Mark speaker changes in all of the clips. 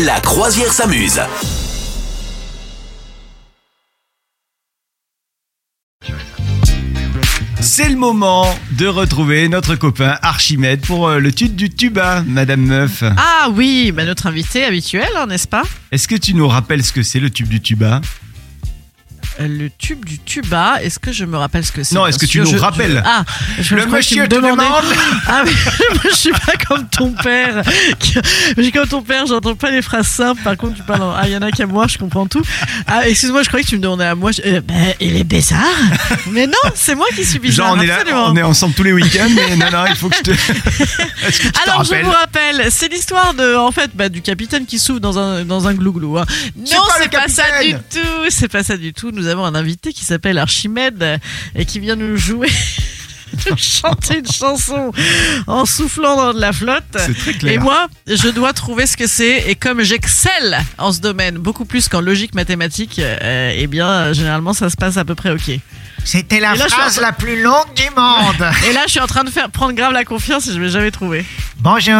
Speaker 1: La croisière s'amuse.
Speaker 2: C'est le moment de retrouver notre copain Archimède pour euh, le tube du tuba, Madame Meuf.
Speaker 3: Ah oui, bah notre invité habituel, hein, n'est-ce pas
Speaker 2: Est-ce que tu nous rappelles ce que c'est le tube du tuba
Speaker 3: Euh, Le tube du tuba, est-ce que je me rappelle ce que c'est
Speaker 2: Non,
Speaker 3: bien
Speaker 2: est-ce que tu
Speaker 3: sûr,
Speaker 2: nous
Speaker 3: je-
Speaker 2: rappelles
Speaker 3: je- Ah, je
Speaker 2: Le
Speaker 3: je crois que tu
Speaker 2: monsieur
Speaker 3: me
Speaker 2: te
Speaker 3: demandais-
Speaker 2: demande
Speaker 3: Ah oui, moi, je suis pas comme ton père. qui- Je suis comme ton père, j'entends pas les phrases simples. Par contre, tu parles en... Ah, il y en a qu'à moi, je comprends tout. Ah, excuse-moi, je croyais que tu me demandais à moi. je- euh, bah, il est bizarre. Mais non, c'est moi qui suis bizarre.
Speaker 2: Genre on est là,
Speaker 3: absolument.
Speaker 2: on est ensemble tous les week-ends, mais non, non, il faut que je te... Est-ce que tu te
Speaker 3: Alors je
Speaker 2: rappelles
Speaker 3: vous rappelle, c'est l'histoire de en fait bah, du capitaine qui s'ouvre dans un dans un glouglou. hein.
Speaker 2: C'est
Speaker 3: Non,
Speaker 2: pas le
Speaker 3: c'est pas ça du
Speaker 2: capitaine
Speaker 3: tout, c'est pas ça du tout. Nous avons un invité qui s'appelle Archimède euh, et qui vient nous jouer. nous chanter une chanson en soufflant dans de la flotte.
Speaker 2: C'est très
Speaker 3: Et
Speaker 2: clair.
Speaker 3: moi, je dois trouver ce que c'est. Et comme j'excelle en ce domaine, beaucoup plus qu'en logique mathématique, euh, eh bien, euh, généralement, ça se passe à peu près OK.
Speaker 4: C'était la
Speaker 3: Et là, je suis
Speaker 4: phrase
Speaker 3: en-
Speaker 4: la plus longue du monde.
Speaker 3: Et là, je suis en train de faire prendre grave la confiance et je vais jamais trouver.
Speaker 4: Bonjour,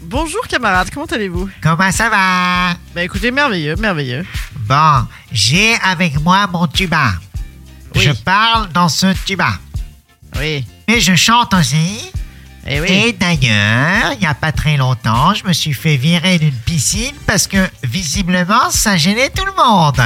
Speaker 3: Bonjour, camarade. Comment allez-vous
Speaker 4: comment ça va
Speaker 3: Bah écoutez, merveilleux, merveilleux.
Speaker 4: Bon, j'ai avec moi mon tuba.
Speaker 3: Oui.
Speaker 4: Je parle dans ce tuba.
Speaker 3: Oui.
Speaker 4: Mais je chante aussi.
Speaker 3: Eh oui.
Speaker 4: Et d'ailleurs, il n'y a pas très longtemps, je me suis fait virer d'une piscine parce que visiblement, ça gênait tout le monde.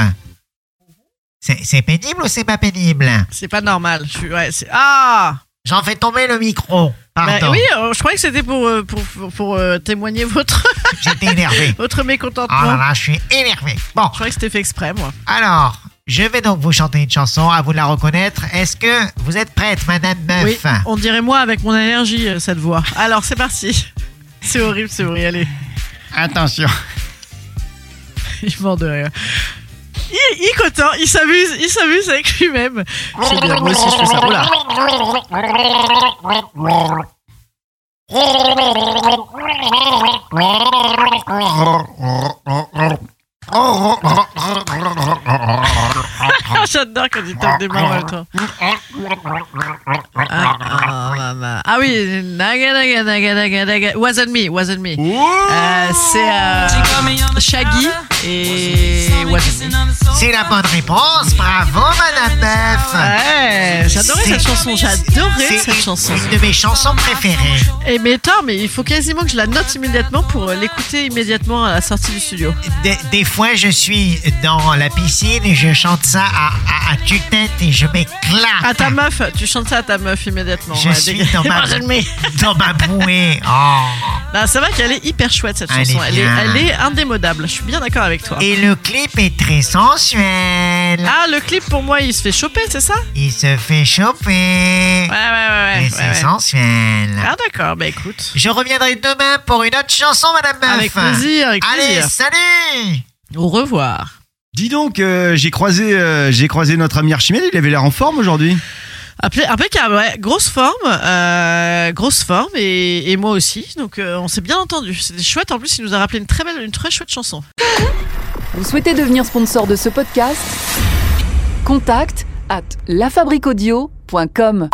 Speaker 4: C'est c'est pénible ou c'est pas pénible
Speaker 3: C'est pas normal. Je suis... ouais, c'est- Ah
Speaker 4: J'en fais tomber le micro.
Speaker 3: Bah
Speaker 4: Pardon,
Speaker 3: Oui, euh, je croyais que c'était pour, euh, pour, pour, pour, euh, témoigner votre,
Speaker 4: j'étais énervé.
Speaker 3: votre
Speaker 4: Oh là
Speaker 3: mécontentement.
Speaker 4: là, je suis énervé. Bon,
Speaker 3: je croyais que c'était fait exprès, moi.
Speaker 4: Alors, je vais donc vous chanter une chanson, à vous de la reconnaître. Est-ce que vous êtes prête, Madame Meuf
Speaker 3: Oui, Oh, on dirait moi avec mon allergie, euh, cette voix. Alors, c'est parti. C'est horrible, c'est horrible. Allez,
Speaker 4: Attention.
Speaker 3: il mord de rire. Il, il cotant, il s'amuse, il s'amuse avec lui-même. C'est bien, moi aussi je fais ça. Oula. Ah, J'adore quand il tape des mains en même temps. Ah, ah, ah, ah, ah oui, naga, naga, naga, naga, naga. Wasn't me, wasn't me. Euh, c'est euh, Shaggy et Wasn't me.
Speaker 4: C'est la bonne réponse. Bravo, Madame Meuf.
Speaker 3: Ah, Ouais, j'adorais cette chanson, j'adorais
Speaker 4: C'est
Speaker 3: cette chanson.
Speaker 4: une de mes chansons préférées.
Speaker 3: Et Eh, mais attends, mais il faut quasiment que je la note immédiatement pour euh, l'écouter immédiatement à la sortie du studio.
Speaker 4: Des, des fois, je suis dans la piscine et je chante ça à, à, à tue-tête et je m'éclate.
Speaker 3: À ta meuf, tu chantes ça à ta meuf immédiatement.
Speaker 4: Je
Speaker 3: ouais,
Speaker 4: suis
Speaker 3: dégage.
Speaker 4: dans ma,
Speaker 3: Wasn't me.
Speaker 4: dans ma bouée. Oh.
Speaker 3: Non, c'est vrai qu'elle est hyper chouette cette
Speaker 4: Elle
Speaker 3: chanson.
Speaker 4: est
Speaker 3: Elle est,
Speaker 4: bien.
Speaker 3: elle est indémodable. Je suis bien d'accord avec toi.
Speaker 4: Et le clip est très sensuel.
Speaker 3: Ah, le clip pour moi, il se fait choper, c'est ça
Speaker 4: Il se fait choper.
Speaker 3: Ouais, ouais, ouais.
Speaker 4: Et
Speaker 3: ouais,
Speaker 4: c'est
Speaker 3: ouais, ouais.
Speaker 4: sensuel.
Speaker 3: Ah, d'accord, bah écoute.
Speaker 4: Je reviendrai demain pour une autre chanson, Madame Meuf.
Speaker 3: Avec plaisir, avec
Speaker 4: Allez,
Speaker 3: plaisir.
Speaker 4: salut
Speaker 3: Au revoir.
Speaker 2: Dis donc, euh, j'ai croisé, euh, j'ai croisé notre ami Archimède, il avait l'air en forme aujourd'hui.
Speaker 3: Appelé- Impeccable, ouais. Grosse forme, euh, grosse forme, et, et moi aussi. Donc, euh, on s'est bien entendu. C'était chouette. En plus, il nous a rappelé une très belle, une très chouette chanson.
Speaker 5: Vous souhaitez devenir sponsor de ce podcast Contact à lafabriquaudio.com.